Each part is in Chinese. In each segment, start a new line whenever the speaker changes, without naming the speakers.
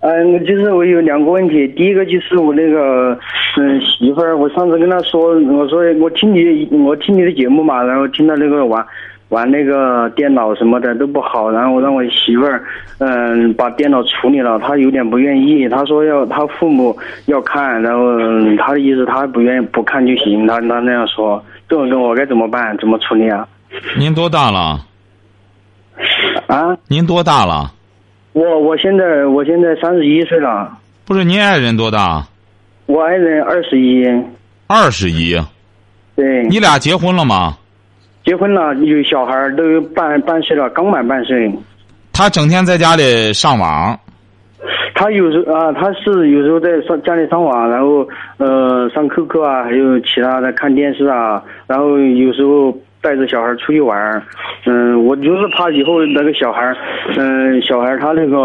嗯、就是我有两个问题，第一个就是我那个嗯媳妇儿，我上次跟她说，我说我听你我听你的节目嘛，然后听到那个玩玩那个电脑什么的都不好，然后我让我媳妇儿嗯把电脑处理了，她有点不愿意，她说要她父母要看，然后嗯她的意思她不愿意不看就行，她她那样说，这种跟我该怎么办？怎么处理啊？
您多大了？
啊，
您多大了？
我我现在我现在三十一岁了，
不是您爱人多大？
我爱人二十一。
二十一。啊
对，
你俩结婚了吗？
结婚了，有小孩儿，都有半半岁了，刚满半岁。
他整天在家里上网，
他有时啊，他是有时候在上家里上网，然后呃上 QQ 啊，还有其他的看电视啊，然后有时候带着小孩儿出去玩儿。嗯、我就是怕以后那个小孩儿，嗯、小孩儿他那个，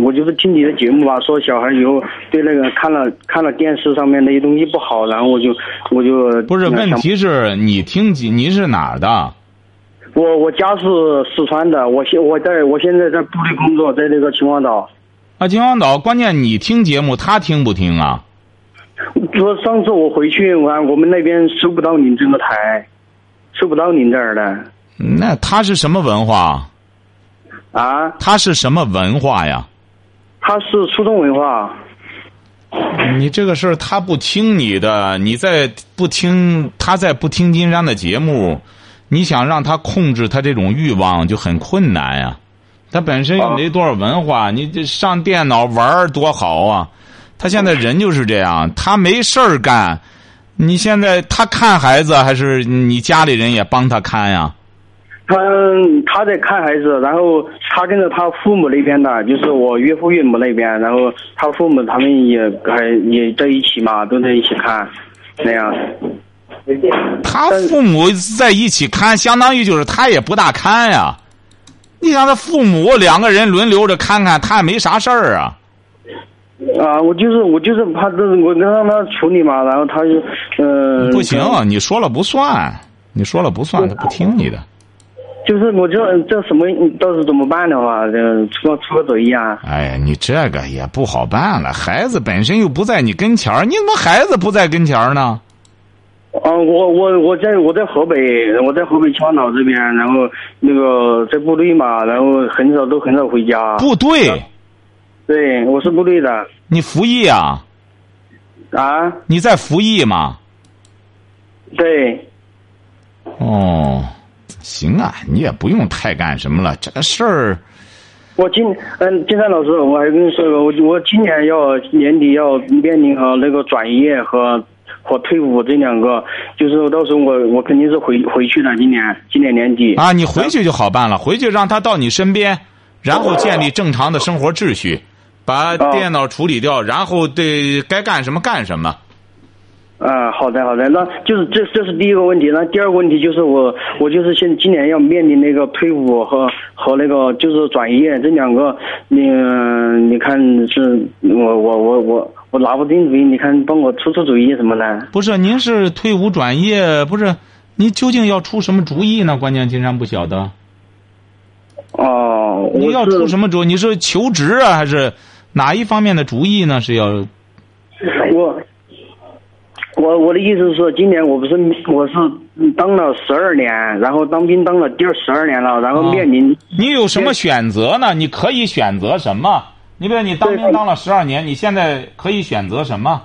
我就是听你的节目吧，说小孩儿以后对那个看了看了电视上面那些东西不好，然后我就我就
不是？
呃
问
想
题是你听几？您是哪儿的？
我我家是四川的，我现我在我现在在部队工作，在那个秦皇岛。
啊，秦皇岛，关键你听节目，他听不听啊？
说上次我回去，我我们那边收不到您这个台，收不到您这儿的
那他是什么文化？
啊。
他是什么文化呀？
他是初中文化，
你这个事儿他不听你的，你在不听，他在不听金山的节目，你想让他控制他这种欲望就很困难呀、他本身又没多少文化，你这上电脑玩儿多好啊！他现在人就是这样，他没事儿干。你现在他看孩子，还是你家里人也帮他看呀、
他他在看孩子，然后他跟着他父母那边的，就是我岳父岳母那边，然后他父母他们也还也在一起嘛，都在一起看，那样。
他父母在一起看，相当于就是他也不大看呀。你想，他父母两个人轮流着看看，他也没啥事儿啊。
啊，我就是我就是怕这，我让他处理嘛，然后他就，嗯、
不行，啊你说了不算，你说了不算，他不听你的。
就是我这这什么到时候怎么办的话，这出个出个主意啊！
哎呀，你这个也不好办了，孩子本身又不在你跟前儿，你怎么孩子不在跟前儿呢？
啊，我我我在我在河北，我在河北秦皇岛这边，然后那个在部队嘛，然后很少都很少回家。
部队，
对，我是部队的
你服役啊？
啊，
你在服役吗？
对，
哦，行啊，你也不用太干什么了，这个事儿。
我今嗯，金山老师，我还跟你说个，我我今年要年底要面临和那个转业和和退伍这两个，就是到时候我我肯定是回回去的，今年今年年底。
啊，你回去就好办了，回去让他到你身边，然后建立正常的生活秩序，把
哦
电脑处理掉，然后对该干什么干什么。
啊，好的好的，那就是这这是第一个问题，那第二个问题就是我我就是现今年要面临那个退伍和和那个就是转业这两个，你、呃你看是我我我我我拿不定主意，你看帮我出出主意什么的。
不是，您是退伍转业，不是？您究竟要出什么主意呢？关键金山不晓得，
哦，我
您要
是
出什么主意？你是求职啊，还是哪一方面的主意呢？是要
我我我的意思是，今年我不是我是当了十二年，然后当兵当了第十二年了，然后
哦
面临、
你有什么选择呢？你可以选择什么？你比如你当
对
兵当了十二年，你现在可以选择什么？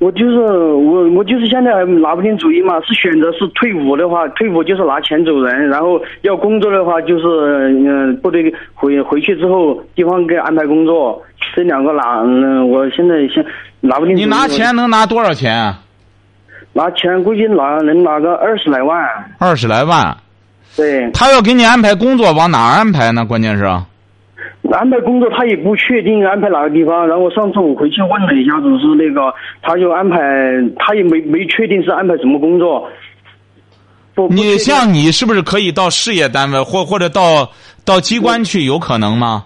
我就是我，我就是现在还拿不定主意嘛，是选择是退伍的话，退伍就是拿钱走人，然后要工作的话就是，嗯、部队回回去之后，地方给安排工作，这两个拿，嗯、我现在先拿不定主意。
你拿钱能拿多少钱啊？
拿钱，估计拿能拿个二十来万，
二十来万。
对。
他要给你安排工作，往哪儿安排呢？关键是，
安排工作他也不确定安排哪个地方。然后上次我回去问了一下，就是那个他就安排，他也没没确定是安排什么工作。不不确
你
定
像你是不是可以到事业单位或或者到到机关去？有可能吗？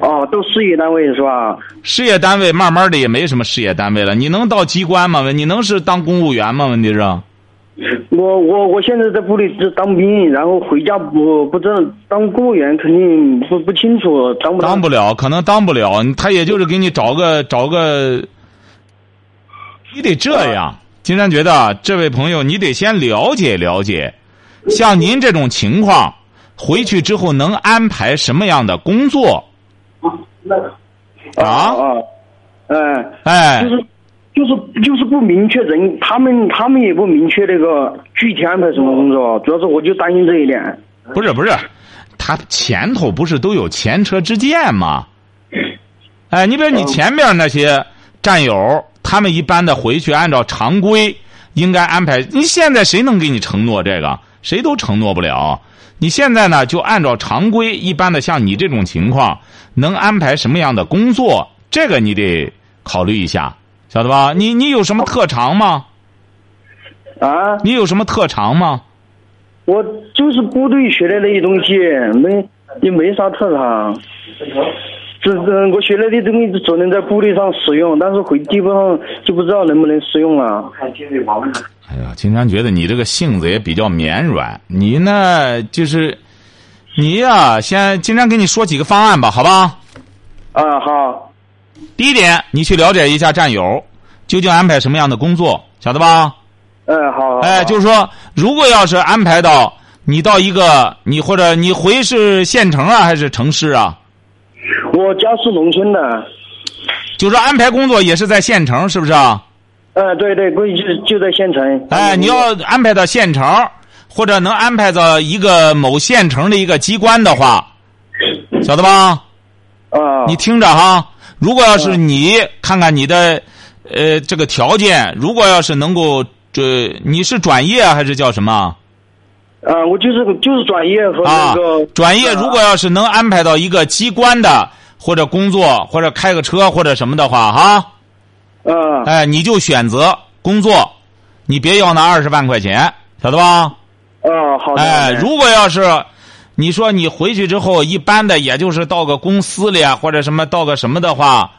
哦，都事业单位是吧？
事业单位慢慢的也没什么事业单位了，你能到机关吗？问你能是当公务员吗？问题是，
我我我现在在部队是当兵，然后回家不不知道当公务员肯定不不清楚当不
当不了，可能当不了。他也就是给你找个找个，你得这样。金山觉得啊这位朋友，你得先了解了解，像您这种情况，回去之后能安排什么样的工作？
啊
啊
啊，嗯，
哎
就，是就是就是不明确人，他们他们也不明确那个具体安排什么工作，主要是我就担心这一点。
不是不是，他前头不是都有前车之鉴吗？哎，你比如你前面那些战友，他们一般的回去按照常规应该安排。你现在谁能给你承诺这个？谁都承诺不了。你现在呢，就按照常规一般的，像你这种情况，能安排什么样的工作？这个你得考虑一下，晓得吧？你你有什么特长吗？
啊，
你有什么特长吗？
我就是部队学的那些东西，没也没啥特长。这这我学的那东西只能在部队上使用，但是回地方上就不知道能不能使用了。
哎呀，金山觉得你这个性子也比较绵软，你呢就是，你呀、先金山给你说几个方案吧，好吧？
啊，好，
第一点，你去了解一下战友究竟安排什么样的工作，晓得吧？
嗯，好，好
哎，就是说，如果要是安排到你到一个你或者你回是县城啊还是城市啊，
我家是农村的，
就是说安排工作也是在县城，是不是啊？
呃，对对，估计就就在县城。
哎，你要安排到县城，或者能安排到一个某县城的一个机关的话，晓得吧？
啊，嗯
你听着哈，如果要是你看看你的，呃，这个条件，如果要是能够这、你是转业还是叫什么
啊，我就是就是转业和
啊
那个、？呃
转业如果要是能安排到一个机关的或者工作或者开个车或者什么的话，哈，
啊
哎，你就选择工作，你别要那二十万块钱，晓得吧？
啊，好的。
哎，如果要是你说你回去之后，一般的也就是到个公司里啊，或者什么到个什么的话，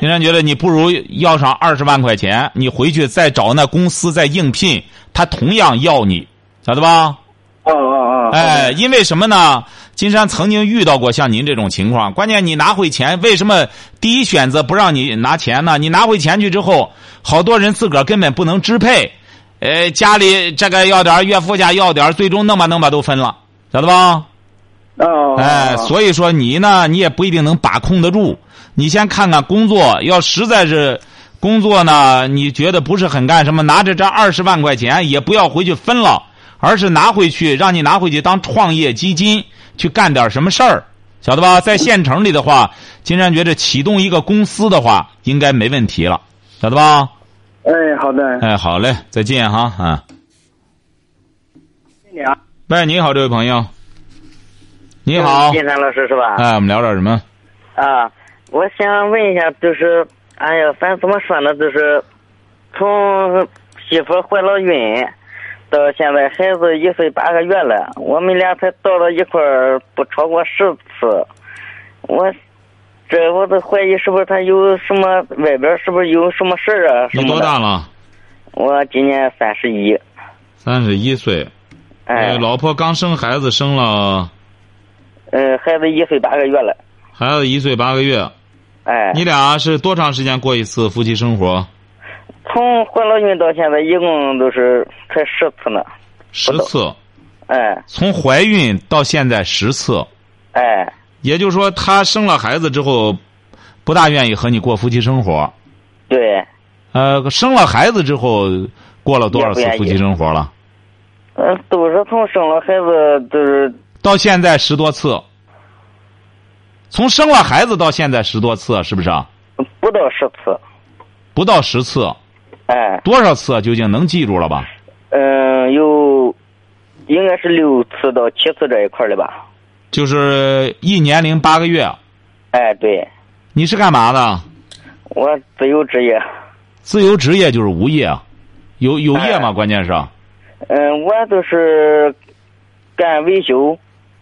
金山觉得你不如要上二十万块钱，你回去再找那公司再应聘，他同样要你，晓得吧？
啊啊啊，
哎，因为什么呢？金山曾经遇到过像您这种情况。关键你拿回钱，为什么第一选择不让你拿钱呢？你拿回钱去之后，好多人自个儿根本不能支配，呃，家里这个要点儿，岳父家要点儿，最终弄吧弄吧都分了，晓得吧？
啊啊，
哎，所以说你呢，你也不一定能把控得住。你先看看工作，要实在是工作呢，你觉得不是很干什么，拿着这二十万块钱也不要回去分了，而是拿回去，让你拿回去当创业基金去干点什么事儿，晓得吧？在县城里的话，金山觉得启动一个公司的话，应该没问题了，晓得吧？
哎，好的，
哎，好嘞，再见哈啊！
谢谢你啊，
喂，你好，这位朋友，你好，
嗯金山老师是吧？
哎，我们聊点什么？
啊，我想问一下，就是，哎呀，反正怎么说呢，就是，从媳妇怀了孕，到现在孩子一岁八个月了，我们俩才到了一块儿不超过十次，我。这我都怀疑是不是他有什么外边是不是有什么事儿啊？什
你
么
多
的
大了？
我今年三十一，
三十一岁，
哎
呃，，老婆刚生孩子，生了
呃，孩子一岁八个月了，
孩子一岁八个月。
哎，
你俩是多长时间过一次夫妻生活？
从怀了孕到现在一共都是才十次呢，
十次，
哎
从怀孕到现在十次。
哎。
也就是说，她生了孩子之后，不大愿意和你过夫妻生活。
对，
呃，生了孩子之后，过了多少次
也不愿意
夫妻生活了？
呃，都是从生了孩子，就是
到现在十多次。从生了孩子到现在十多次，是不是啊？
不到十次，
不到十次，
哎，
多少次啊？究竟能记住了吧？
嗯、有，应该是六次到七次这一块儿的吧，
就是一年零八个月。啊
哎，对，
你是干嘛的？
我自由职业。
自由职业就是无业，啊，有有业吗？
哎
关键是啊、
嗯，我都是干维修，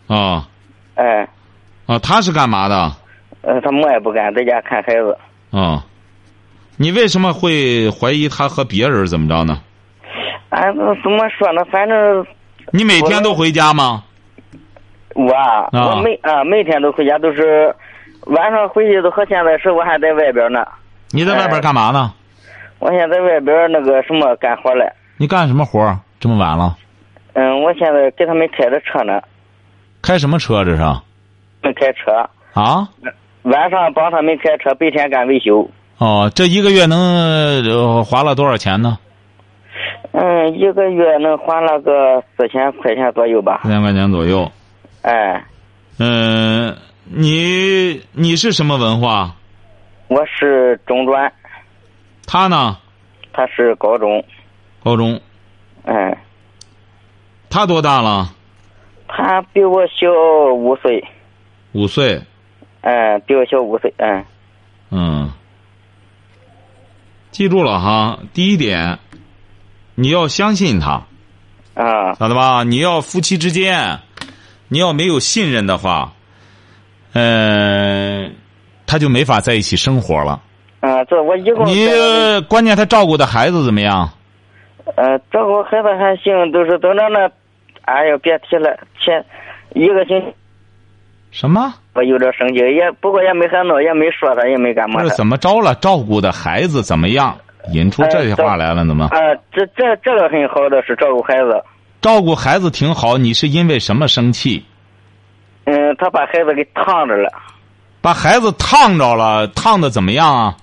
啊、
哎，
他是干嘛的？啊、
呃，他么也不干，在家看孩子。
你为什么会怀疑他和别人怎么着呢？
俺那怎么说呢？反正
你每天都回家吗？
我啊，
啊
我每啊每天都回家，都是晚上回去都和现在是我还在外边呢。
你在外边
哎
干嘛呢？
我现在在外边那个什么干活嘞。
你干什么活儿？这么晚了，
嗯，我现在给他们开着车呢，
开什么车这是？
嗯开车，
啊？
晚上帮他们开车，白天干维修。
哦，这一个月能、呃、花了多少钱呢？
嗯，一个月能还了个四千块钱左右吧
四。千块钱左右。
哎，
嗯、你你是什么文化？
我是中专，
他呢？
他是高中。
高中。
嗯，
他多大了？
他比我小五岁。
五岁。
嗯，比我小五岁。嗯
嗯。记住了哈，第一点，你要相信他，
啊
晓得吧？你要夫妻之间，你要没有信任的话，嗯、他就没法在一起生活了。
啊，这我一共
你
在
关键他照顾的孩子怎么样？
呃，照顾孩子还行，都是等着那，哎呀，别提了，前一个星期
什么？
我有点生气，也不过也没喊闹，也没说他，也没干
不
嘛
是
的。
怎么着了？照顾的孩子怎么样？引出这些话来了，怎么？
啊，这这这个很好的是照顾孩子，
照顾孩子挺好，你是因为什么生气？
嗯，他把孩子给烫着了，
把孩子烫着了，烫的怎么样啊？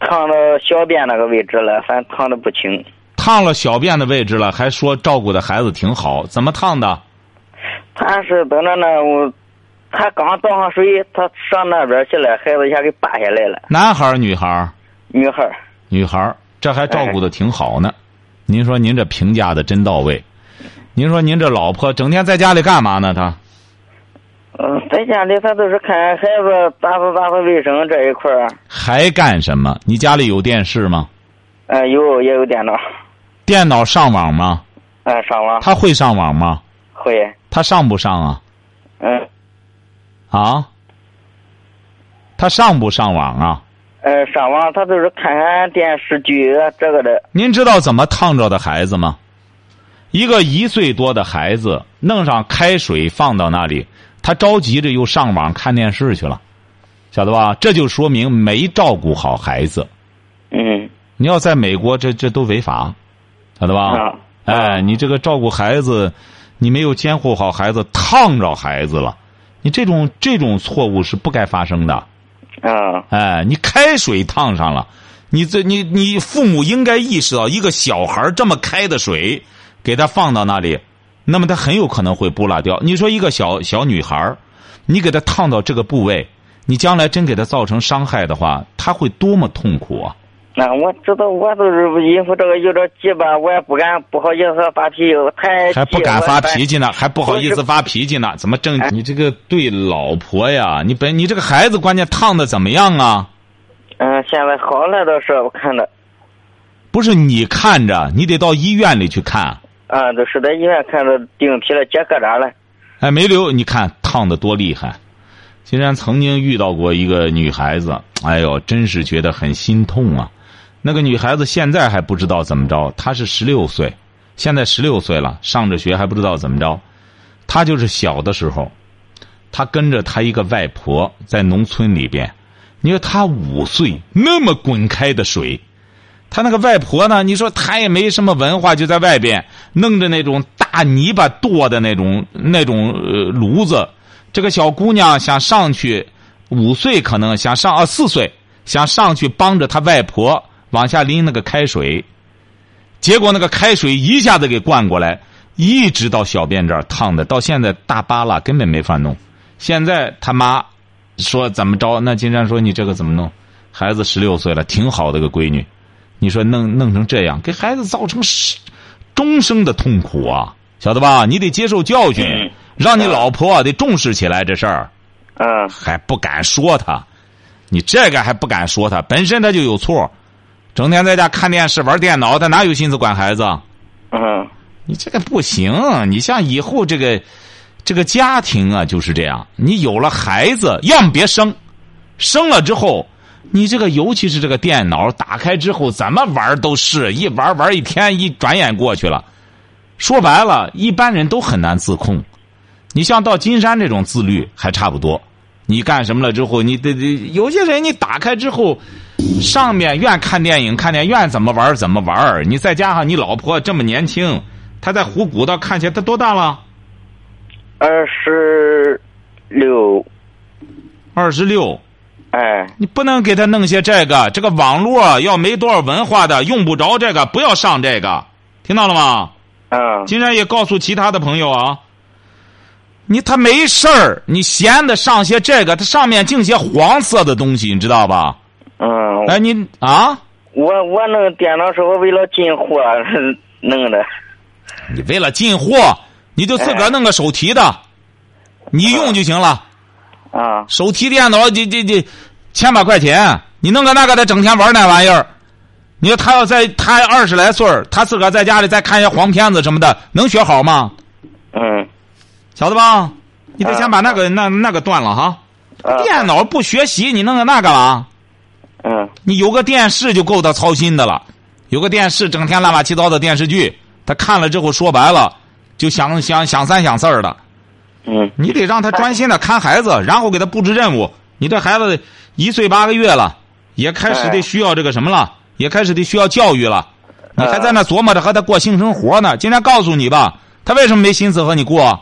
烫到小便那个位置了，反正烫的不轻。
烫了小便的位置了，还说照顾的孩子挺好，怎么烫的？
他是等着那我，他刚倒上水，他上那边去了，孩子一下给扒下来了，
男孩儿、女孩儿？
女孩儿。
女孩儿，这还照顾的挺好呢。您说您这评价的真到位。您说您这老婆整天在家里干嘛呢？她
嗯，在家里他都是看孩子打扫打扫卫生这一块儿，
还干什么？你家里有电视吗？
呃，有也有电脑，
电脑上网吗？
呃，上网
她会上网吗？
会，
她上不上啊？
嗯，
啊？她上不上网啊？
呃，上网他都是看看电视剧啊这个的，
您知道怎么烫着的孩子吗？一个一岁多的孩子弄上开水放到那里，他着急着又上网看电视去了，晓得吧？这就说明没照顾好孩子。
嗯，
你要在美国，这这都违法，晓得吧？
啊，
哎，你这个照顾孩子，你没有监护好孩子，烫着孩子了，你这种这种错误是不该发生的。
啊，
哎，你开水烫上了，你这你你父母应该意识到，一个小孩儿这么开的水，给他放到那里，那么他很有可能会拨拉掉。你说一个小小女孩儿你给她烫到这个部位，你将来真给她造成伤害的话，她会多么痛苦啊！
那我知道，我都是因为这个有点急吧，我也不敢不好意思发脾气，我太
还不敢发脾
气，
气呢，还不好意思发脾气呢，怎么正？你这个对老婆呀，你本你这个孩子关键烫的怎么样啊？
嗯、现在好了倒是，我看着，
不是你看着，你得到医院里去看。
啊，都是在医院看着腚皮了，结疙瘩了，
哎，没留，你看烫的多厉害。竟然曾经遇到过一个女孩子，哎呦，真是觉得很心痛啊。那个女孩子现在还不知道怎么着，她是十六岁，现在十六岁了，上着学还不知道怎么着。她就是小的时候，她跟着她一个外婆在农村里边，你说她五岁，那么滚开的水，她那个外婆呢，你说她也没什么文化，就在外边弄着那种大泥巴剁的那种那种呃炉子。这个小姑娘想上去，五岁可能想上啊四岁想上去帮着她外婆往下拎那个开水，结果那个开水一下子给灌过来，一直到小便这儿烫的，到现在大疤了，根本没法弄。现在他妈说怎么着？那金山说你这个怎么弄？孩子十六岁了，挺好的个闺女，你说弄弄成这样，给孩子造成是终生的痛苦啊，晓得吧？你得接受教训。
嗯
让你老婆啊得重视起来这事儿，
嗯
还不敢说她，你这个还不敢说她，本身她就有错，整天在家看电视玩电脑，她哪有心思管孩子？啊？
嗯
你这个不行，你像以后这个这个家庭啊，就是这样。你有了孩子，要么别生，生了之后，你这个尤其是这个电脑打开之后，怎么玩都是一玩玩一天，一转眼过去了。说白了，一般人都很难自控。你像到金山这种自律还差不多。你干什么了之后，你得得有些人你打开之后，上面愿看电影看电影，愿怎么玩儿怎么玩儿你再加上你老婆这么年轻，她在虎骨道看起来她多大了？
二十六，
二十六。
哎，
你不能给她弄些这个，这个网络要没多少文化的，用不着这个，不要上这个，听到了吗？
嗯
金山也告诉其他的朋友啊，你他没事儿，你闲的上些这个，它上面净些黄色的东西，你知道吧？
嗯，
哎，你啊，
我我弄电脑时候为了进货 弄的，
你为了进货，你就自个儿弄个手提的，你用就行了。
啊
手提电脑，这这这，千把块钱，你弄个那个的，整天玩那玩意儿。你说他要在他二十来岁儿他自个儿在家里再看一些黄片子什么的，能学好吗？
嗯
晓得吧？你得先把那个那那个断了哈。
啊
电脑不学习，你弄个那干嘛？
嗯
你有个电视就够他操心的了，有个电视整天乱七八糟的电视剧，他看了之后说白了，就想想想三想四儿的。
嗯
你得让他专心的看孩子，然后给他布置任务。你这孩子一岁八个月了，也开始得需要这个什么了，也开始得需要教育了。你还在那琢磨着和他过性生活呢？今天告诉你吧，他为什么没心思和你过？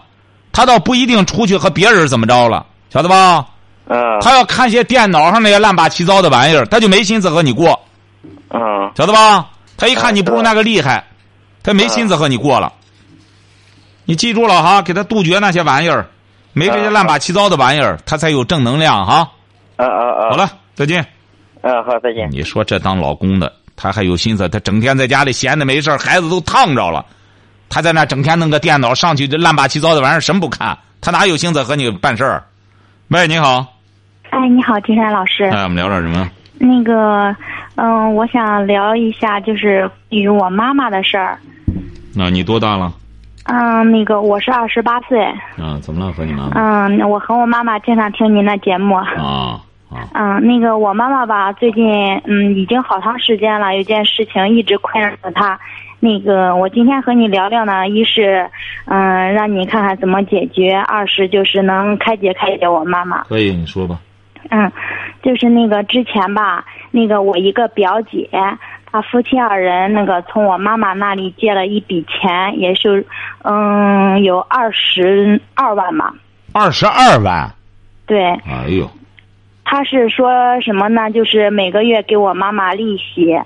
他倒不一定出去和别人怎么着了，晓得吧？
嗯
他要看些电脑上那些乱八七糟的玩意儿，他就没心思和你过，
嗯
晓得吧？他一看你不如那个厉害，他没心思和你过了。你记住了哈，给他杜绝那些玩意儿，没这些乱八七糟的玩意儿，他才有正能量哈。
嗯嗯，
好，了，再见。
嗯好，再见。
你说这当老公的，他还有心思？他整天在家里闲的没事儿孩子都烫着了，他在那整天弄个电脑上去，这乱八七糟的玩意儿什么不看？他哪有心思和你办事儿？喂，你好，
哎，你好，金山老师。
哎，我们聊点什么？
那个，嗯，我想聊一下，就是关于我妈妈的事儿。
那啊你多大了？
嗯，那个我是二十八岁。
啊，怎么了？和你妈妈？
嗯，我和我妈妈经常听您的节目。
啊啊，
嗯，那个我妈妈吧，最近嗯已经好长时间了，有件事情一直困扰着她。那个，我今天和你聊聊呢，一是嗯、让你看看怎么解决；二是就是能开解开解我妈妈。
可以，你说吧。
嗯，就是那个之前吧，那个我一个表姐，她夫妻二人那个从我妈妈那里借了一笔钱，也是，嗯，有二十二万吧。
二十二万，
对，
哎呦，
她是说什么呢？就是每个月给我妈妈利息，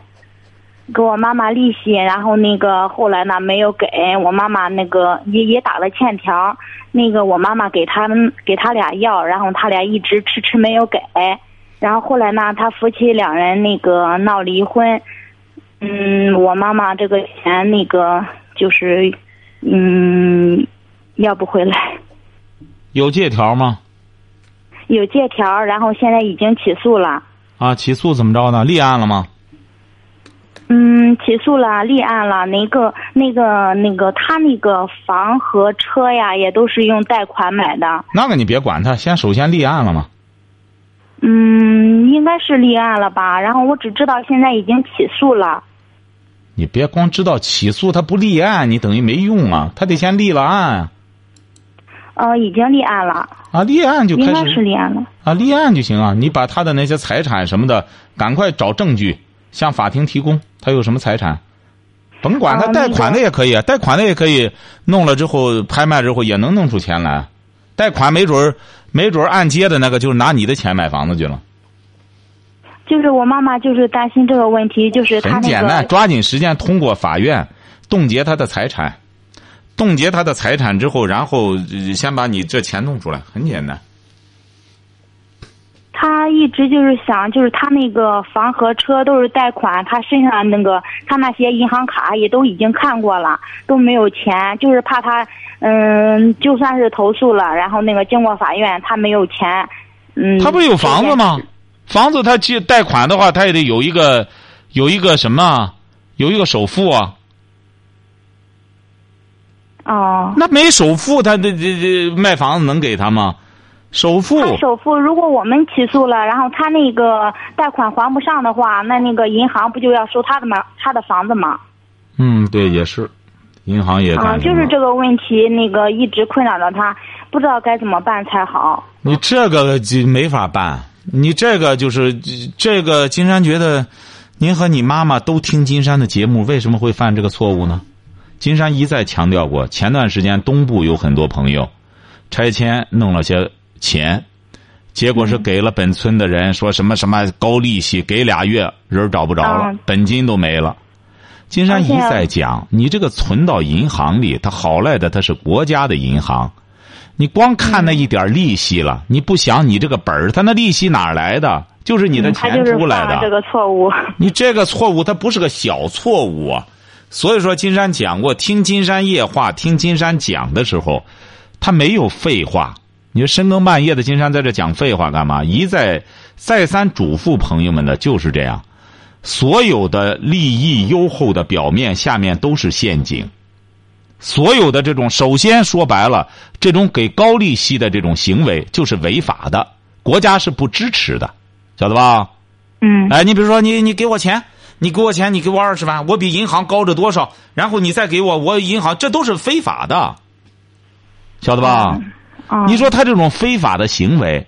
给我妈妈利息，然后那个后来呢没有给我妈妈那个也也打了欠条，那个我妈妈给他们给他俩要，然后他俩一直迟迟没有给，然后后来呢他夫妻两人那个闹离婚，嗯，我妈妈这个钱那个就是嗯要不回来。
有借条吗？
有借条，然后现在已经起诉了。
啊，起诉怎么着呢？立案了吗？
嗯，起诉了，立案了。那个、那个、那个，他那个房和车呀，也都是用贷款买的。
那个你别管他，先首先立案了嘛。
嗯，应该是立案了吧？然后我只知道现在已经起诉了。
你别光知道起诉他不立案，你等于没用啊，他得先立了案啊
呃，已经立案了，
啊，立案就
应
开
该是
始
立案了。
啊，立案就行啊。你把他的那些财产什么的，赶快找证据向法庭提供，他有什么财产。甭管他
哦
贷
那
款
个
的也可以，啊贷款的也可以，弄了之后拍卖之后也能弄出钱来。贷款没准儿没准儿按揭的那个就是拿你的钱买房子去了。
就是我妈妈就是担心这个问题，就是她
很
那
简单，
个
抓紧时间通过法院冻结他的财产，冻结他的财产之后，然后呃先把你这钱弄出来，很简单。
他一直就是想，就是他那个房和车都是贷款，他身上那个他那些银行卡也都已经看过了，都没有钱，就是怕他，嗯，就算是投诉了，然后那个经过法院，他没有钱，嗯，
他不是有房子吗？房子他借贷款的话，他也得有一个有一个什么啊，有一个首付啊。
哦，
那没首付，他这这这卖房子能给他吗？首付
他首付如果我们起诉了，然后他那个贷款还不上的话，那那个银行不就要收他的嘛，他的房子吗？
嗯，对，也是，银行也
啊、
干什
就
么
是这个问题，那个一直困扰着他，不知道该怎么办才好。
你这个就没法办，你这个就是这个金山觉得，您和你妈妈都听金山的节目，为什么会犯这个错误呢？金山一再强调过，前段时间东部有很多朋友拆迁弄了些钱，结果是给了本村的人，说什么什么高利息，给俩月人儿找不着了
嗯，
本金都没了。金山一
而且
再讲，你这个存到银行里，它好赖的它是国家的银行，你光看那一点利息了，你不想你这个本儿，它那利息哪儿来的？就是你的
他
钱
嗯就是
出
犯
来的。
了这个错误。
你这个错误它不是个小错误啊。所以说，金山讲过，听金山夜话，听金山讲的时候，他没有废话。你说深更半夜的，金山在这讲废话干嘛？一再再三嘱咐朋友们的就是这样，所有的利益优厚的表面下面都是陷阱。所有的这种，首先说白了，这种给高利息的这种行为就是违法的，国家是不支持的，晓得吧？
嗯，
哎，你比如说你你给我钱，你给我钱，你给我二十万，我比银行高着多少，然后你再给我，我银行这都是非法的，晓得吧？
啊
你说他这种非法的行为，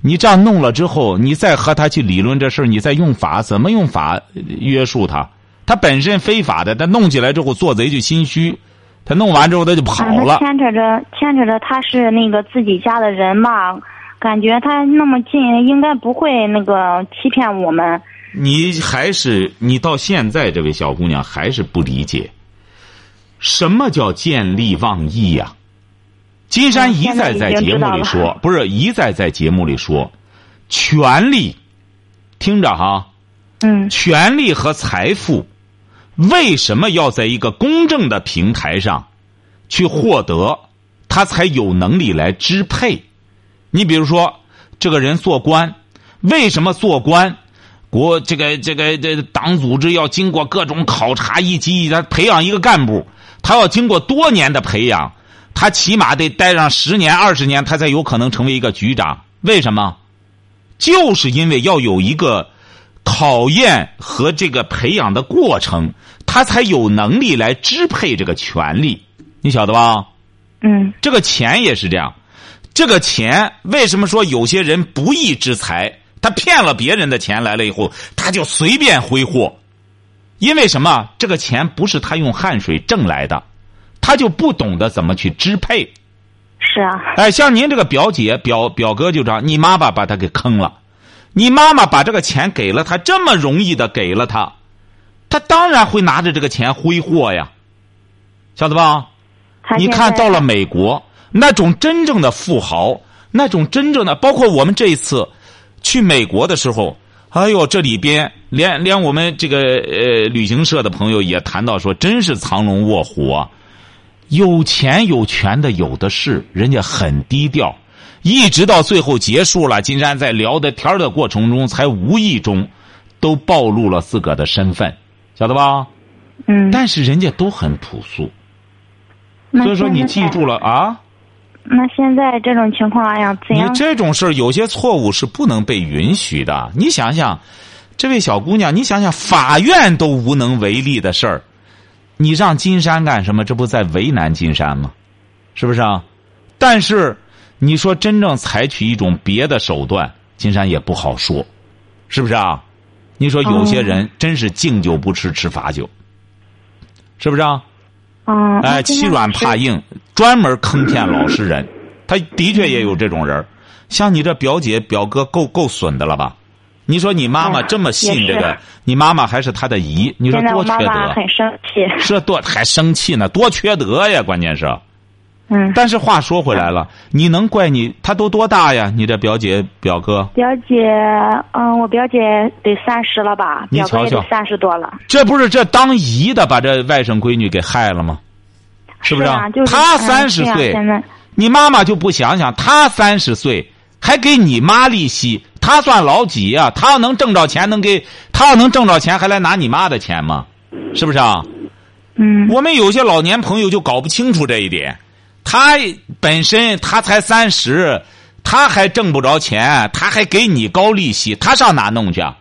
你这样弄了之后，你再和他去理论这事儿，你再用法怎么用法呃约束他？他本身非法的，他弄起来之后做贼就心虚，他弄完之后他就跑
啊，他
了。
牵扯着牵扯着他是那个自己家的人吧，感觉他那么近，应该不会那个欺骗我们。
你还是你到现在，这位小姑娘还是不理解，什么叫见利忘义呀、金山一再在节目里
嗯嗯现在已经知道
说
了，
不是一再在节目里说，权利，听着哈，
嗯
权利和财富为什么要在一个公正的平台上去获得，他才有能力来支配？你比如说，这个人做官，为什么做官？国这个这个这党组织要经过各种考察一级一级，他培养一个干部，他要经过多年的培养，他起码得待上十年二十年，他才有可能成为一个局长。为什么？就是因为要有一个考验和这个培养的过程，他才有能力来支配这个权利，你晓得吧？
嗯
这个钱也是这样，这个钱为什么说有些人不义之财，他骗了别人的钱来了以后，他就随便挥霍，因为什么？这个钱不是他用汗水挣来的，他就不懂得怎么去支配。
是啊，
哎，像您这个表姐、表表哥就这样，你妈妈把他给坑了，你妈妈把这个钱给了他，这么容易的给了他，他当然会拿着这个钱挥霍呀，晓得吧？
他
你
现
看
在
到了美国那种真正的富豪，那种真正的，包括我们这一次去美国的时候，哎呦，这里边连连我们这个呃旅行社的朋友也谈到说，真是藏龙卧虎啊，有钱有权的有的是，人家很低调。一直到最后结束了，金山在聊的天儿的过程中，才无意中都暴露了自个儿的身份，晓得吧？
嗯，
但是人家都很朴素，
那
所以说你
现
记
在
住了啊。
那现在这种情况，哎呀，怎
你
样？
这种事儿有些错误是不能被允许的。你想想，这位小姑娘，你想想，法院都无能为力的事儿，你让金山干什么？这不在为难金山吗？是不是啊？但是你说真正采取一种别的手段，金山也不好说，是不是啊？你说有
哦
些人真是敬酒不吃吃罚酒，是不是啊？
嗯，那
哎，
今
欺
天
软怕硬，专门坑骗老实人。他的确也有这种人儿像你这表姐表哥够够损的了吧？你说你妈妈
哎
这么信
也
这
是
个，你妈妈还是她的姨，你说
现在
多
我
缺
妈妈
德，
很生气。
这多还生气呢，多缺德呀！关键是，
嗯，
但是话说回来了，你能怪你他都多大呀？你这表姐表哥，
表姐，嗯，我表姐得三十了吧，
你
表哥
瞧
也
瞧
得三十多了，
这不是这当姨的把这外甥闺女给害了吗？是不是啊
啊？就是
她
嗯
三十
这样
岁，
现在
你妈妈就不想想，她三十岁还给你妈利息，她算老几呀、她要能挣着钱，能给她要能挣着钱，还来拿你妈的钱吗？是不是啊？
嗯
我们有些老年朋友就搞不清楚这一点，他本身他才三十，他还挣不着钱，他还给你高利息，他上哪弄去？啊？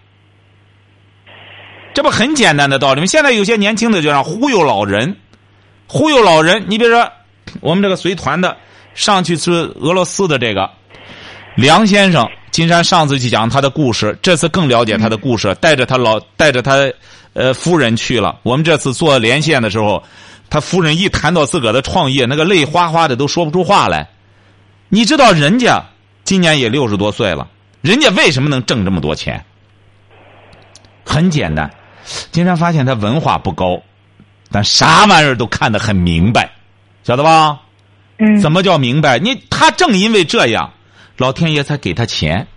这不很简单的道理吗？现在有些年轻的就让忽悠老人，忽悠老人。你比如说，我们这个随团的上去是俄罗斯的这个梁先生，金山上次去讲他的故事，这次更了解他的故事，带着他老带着他呃夫人去了。我们这次做连线的时候，他夫人一谈到自个儿的创业，那个泪哗哗的都说不出话来。你知道人家今年也六十多岁了，人家为什么能挣这么多钱？很简单，金山发现他文化不高，但啥玩意儿都看得很明白，晓得吧？
嗯，
怎么叫明白？你他正因为这样，老天爷才给他钱，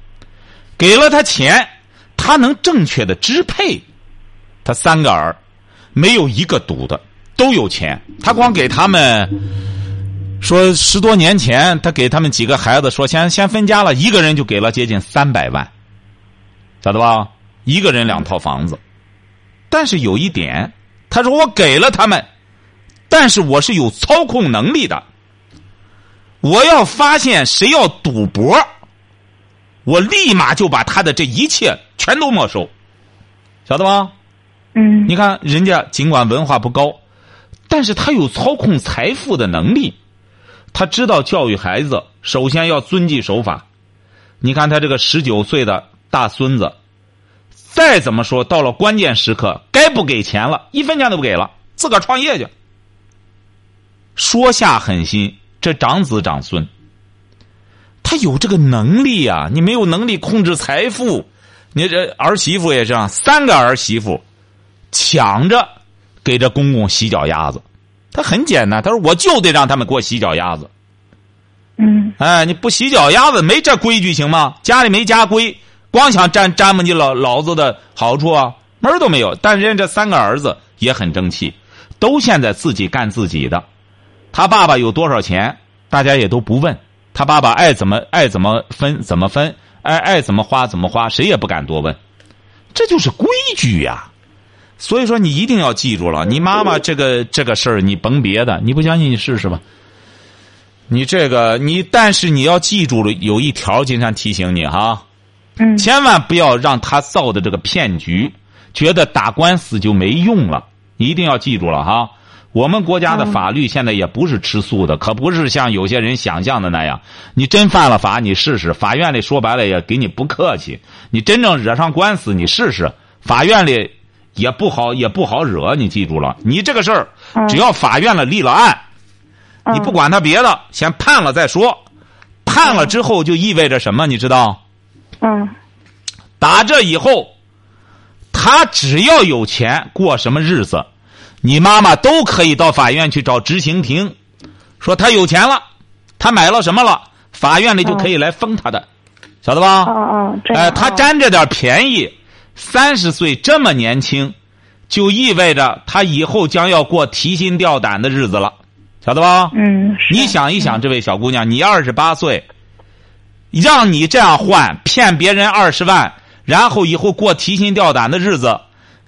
给了他钱，他能正确的支配。他三个儿，没有一个赌的，都有钱。他光给他们说十多年前，他给他们几个孩子说先先分家了，一个人就给了接近三百万，晓得吧？一个人两套房子，但是有一点，他说我给了他们，但是我是有操控能力的。我要发现谁要赌博，我立马就把他的这一切全都没收，晓得吗？
嗯
你看人家尽管文化不高，但是他有操控财富的能力，他知道教育孩子首先要遵纪守法。你看他这个十九岁的大孙子，再怎么说到了关键时刻，该不给钱了，一分钱都不给了，自个儿创业去。说下狠心，这长子长孙，他有这个能力啊！你没有能力控制财富，你这儿媳妇也这样，三个儿媳妇，抢着给这公公洗脚丫子。他很简单，他说我就得让他们给我洗脚丫子。
嗯
哎，你不洗脚丫子，没这规矩行吗？家里没家规，光想占占不你老老子的好处啊，门儿都没有。但人家这三个儿子也很争气，都现在自己干自己的。他爸爸有多少钱，大家也都不问。他爸爸爱怎么爱怎么分怎么分，爱爱怎么花怎么花，谁也不敢多问。这就是规矩呀、所以说，你一定要记住了，你妈妈这个这个事儿，你甭别的，你不相信你试试吧。你这个你，但是你要记住了，有一条，金山提醒你哈，
嗯
千万不要让他造的这个骗局，觉得打官司就没用了，你一定要记住了哈。我们国家的法律现在也不是吃素的，可不是像有些人想象的那样。你真犯了法，你试试，法院里说白了也给你不客气。你真正惹上官司，你试试，法院里也不好也不好惹。你记住了，你这个事儿，
嗯
只要法院了立了案，
嗯
你不管他别的，先判了再说。判了之后就意味着什么？你知道？
嗯
打这以后，他只要有钱过什么日子，你妈妈都可以到法院去找执行庭，说他有钱了，他买了什么了，法院里就可以来封他的，晓得吧？
嗯哦哦，这样
哎，他
哦
占这点便宜，三十岁这么年轻，就意味着他以后将要过提心吊胆的日子了，晓得吧？
嗯，是
你想一想，这位小姑娘，你二十八岁，让你这样换骗别人二十万，然后以后过提心吊胆的日子，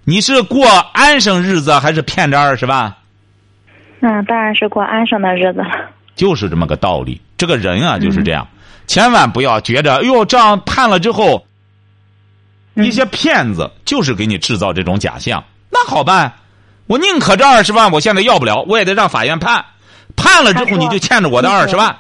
你是过安生日子还是骗这二十万？
那当然是过安生的日子了。
就是这么个道理。这个人
嗯
啊，就是这样，千万不要觉着，哎呦，这样判了之后，
嗯
一些骗子就是给你制造这种假象。那好办，我宁可这二十万我现在要不了，我也得让法院判，判了之后
他说
你就欠着我的二十万。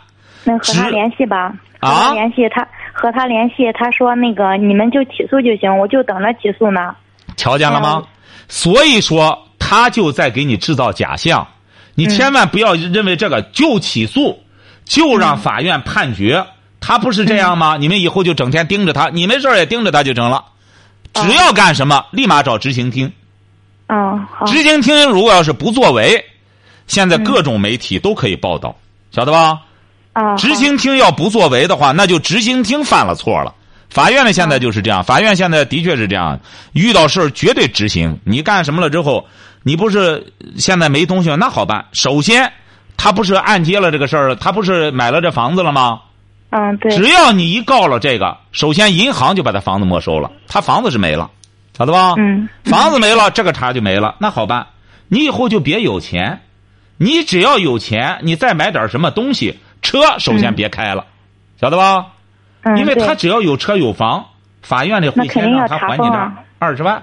那和他
只
联系吧，和
啊
他联系他和他联系，他说那个你们就起诉就行，我就等着起诉呢。
瞧见了吗
嗯？
所以说，他就在给你制造假象。你千万不要认为这个就起诉，就让法院判决，他不是这样吗？你们以后就整天盯着他，你没事儿也盯着他就成了。
哦
只要干什么，立马找执行厅。
嗯，好，
执行厅如果要是不作为，现在各种媒体都可以报道，晓得吧？
啊，
执行厅要不作为的话，那就执行厅犯了错了。法院呢，现在就是这样，法院现在的确是这样，遇到事儿绝对执行。你干什么了之后，你不是现在没东西了，那好办。首先，他不是按揭了这个事儿了，他不是买了这房子了吗？
好嗯，对，
只要你一告了这个，首先银行就把他房子没收了，他房子是没了，晓得吧？
嗯，
房子没了，这个茬就没了。那好办，你以后就别有钱，你只要有钱，你再买点什么东西，车首先别开了，晓得吧？
嗯，
因为他
对
只要有车有房，法院里会
那肯
先
定
让
要
他
查
还你
封
这
啊
二十万，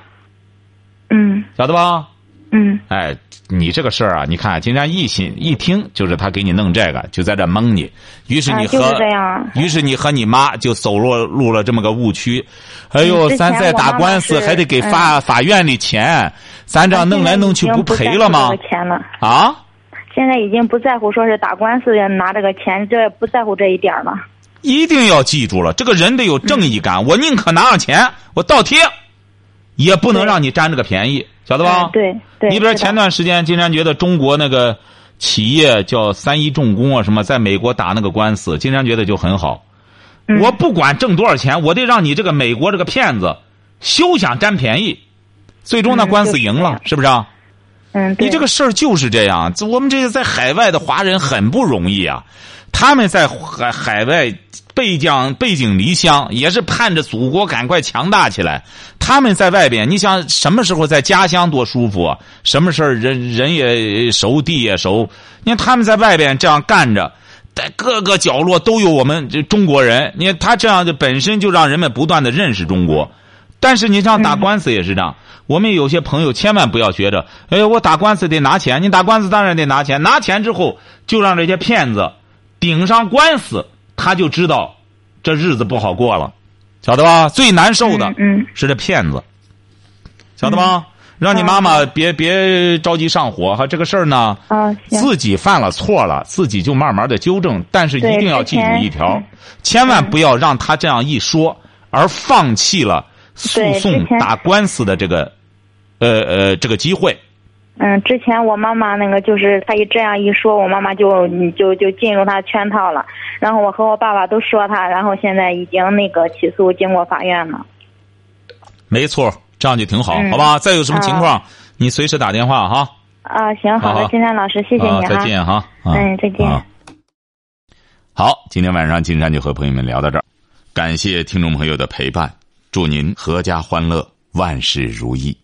嗯
晓得吧？
嗯
哎，你这个事儿啊，你看金山一心一听就是他给你弄这个，就在这蒙你，于是
啊
你
就
和、
是这 样
于是你和你妈就走落入了这么个误区。哎
嗯
呦，
之前
咱再
我妈
打
妈
官司
是嗯
还得给法、法院里钱，咱这样弄来弄去
啊现在已经不
赔
在乎
了吗
这？个钱了，
啊？
现在已经不在乎说是打官司拿这个钱，这不在乎这一点儿了。
一定要记住了，这个人得有正义
嗯
感。我宁可拿上钱，我倒贴，也不能
对
让你占这个便宜，晓得吧？
嗯对对。
你比如说
是的
前段时间，金山觉得中国那个企业叫三一重工啊什么，在美国打那个官司，金山觉得就很好。
嗯
我不管挣多少钱，我得让你这个美国这个骗子休想占便宜。最终那
嗯
官
就
司
是
赢
这
了，
样
是不是啊？
嗯，
你
对
这个事儿就是这样，这我们这个在海外的华人很不容易啊，他们在海海外背将背井离乡，也是盼着祖国赶快强大起来。他们在外边，你想什么时候在家乡多舒服啊？什么事儿人人也熟，地也熟。你看他们在外边这样干着。在各个角落都有我们这中国人，你看他这样就本身就让人们不断的认识中国，但是你像打官司也是这样，我们有些朋友千万不要觉着，哎，我打官司得拿钱，你打官司当然得拿钱，拿钱之后就让这些骗子顶上官司，他就知道这日子不好过了，晓得吧？最难受的
嗯嗯嗯
是这骗子，晓得吗？让你妈妈别别着急上火哈，这个事儿呢，
啊行
自己犯了错了，自己就慢慢的纠正，但是一
对
定要
之
记住
前
一条
嗯，
千万不要让他这样一说而放弃了诉
对之
讼
前
打官司的这个，呃呃这个机会。
嗯，之前我妈妈那个就是她一这样一说，我妈妈就你就就进入她圈套了。然后我和我爸爸都说她，然后现在已经那个起诉经过法院了。
没错，这样就挺好，
嗯
好吧？再有什么情况，你随时打电话哈。
啊，行，好
好
的，
好
金山老师，谢谢
啊，
你哈。
再见哈。啊、
嗯再见
啊好，今天晚上金山就和朋友们聊到这儿，感谢听众朋友的陪伴，祝您阖家欢乐，万事如意。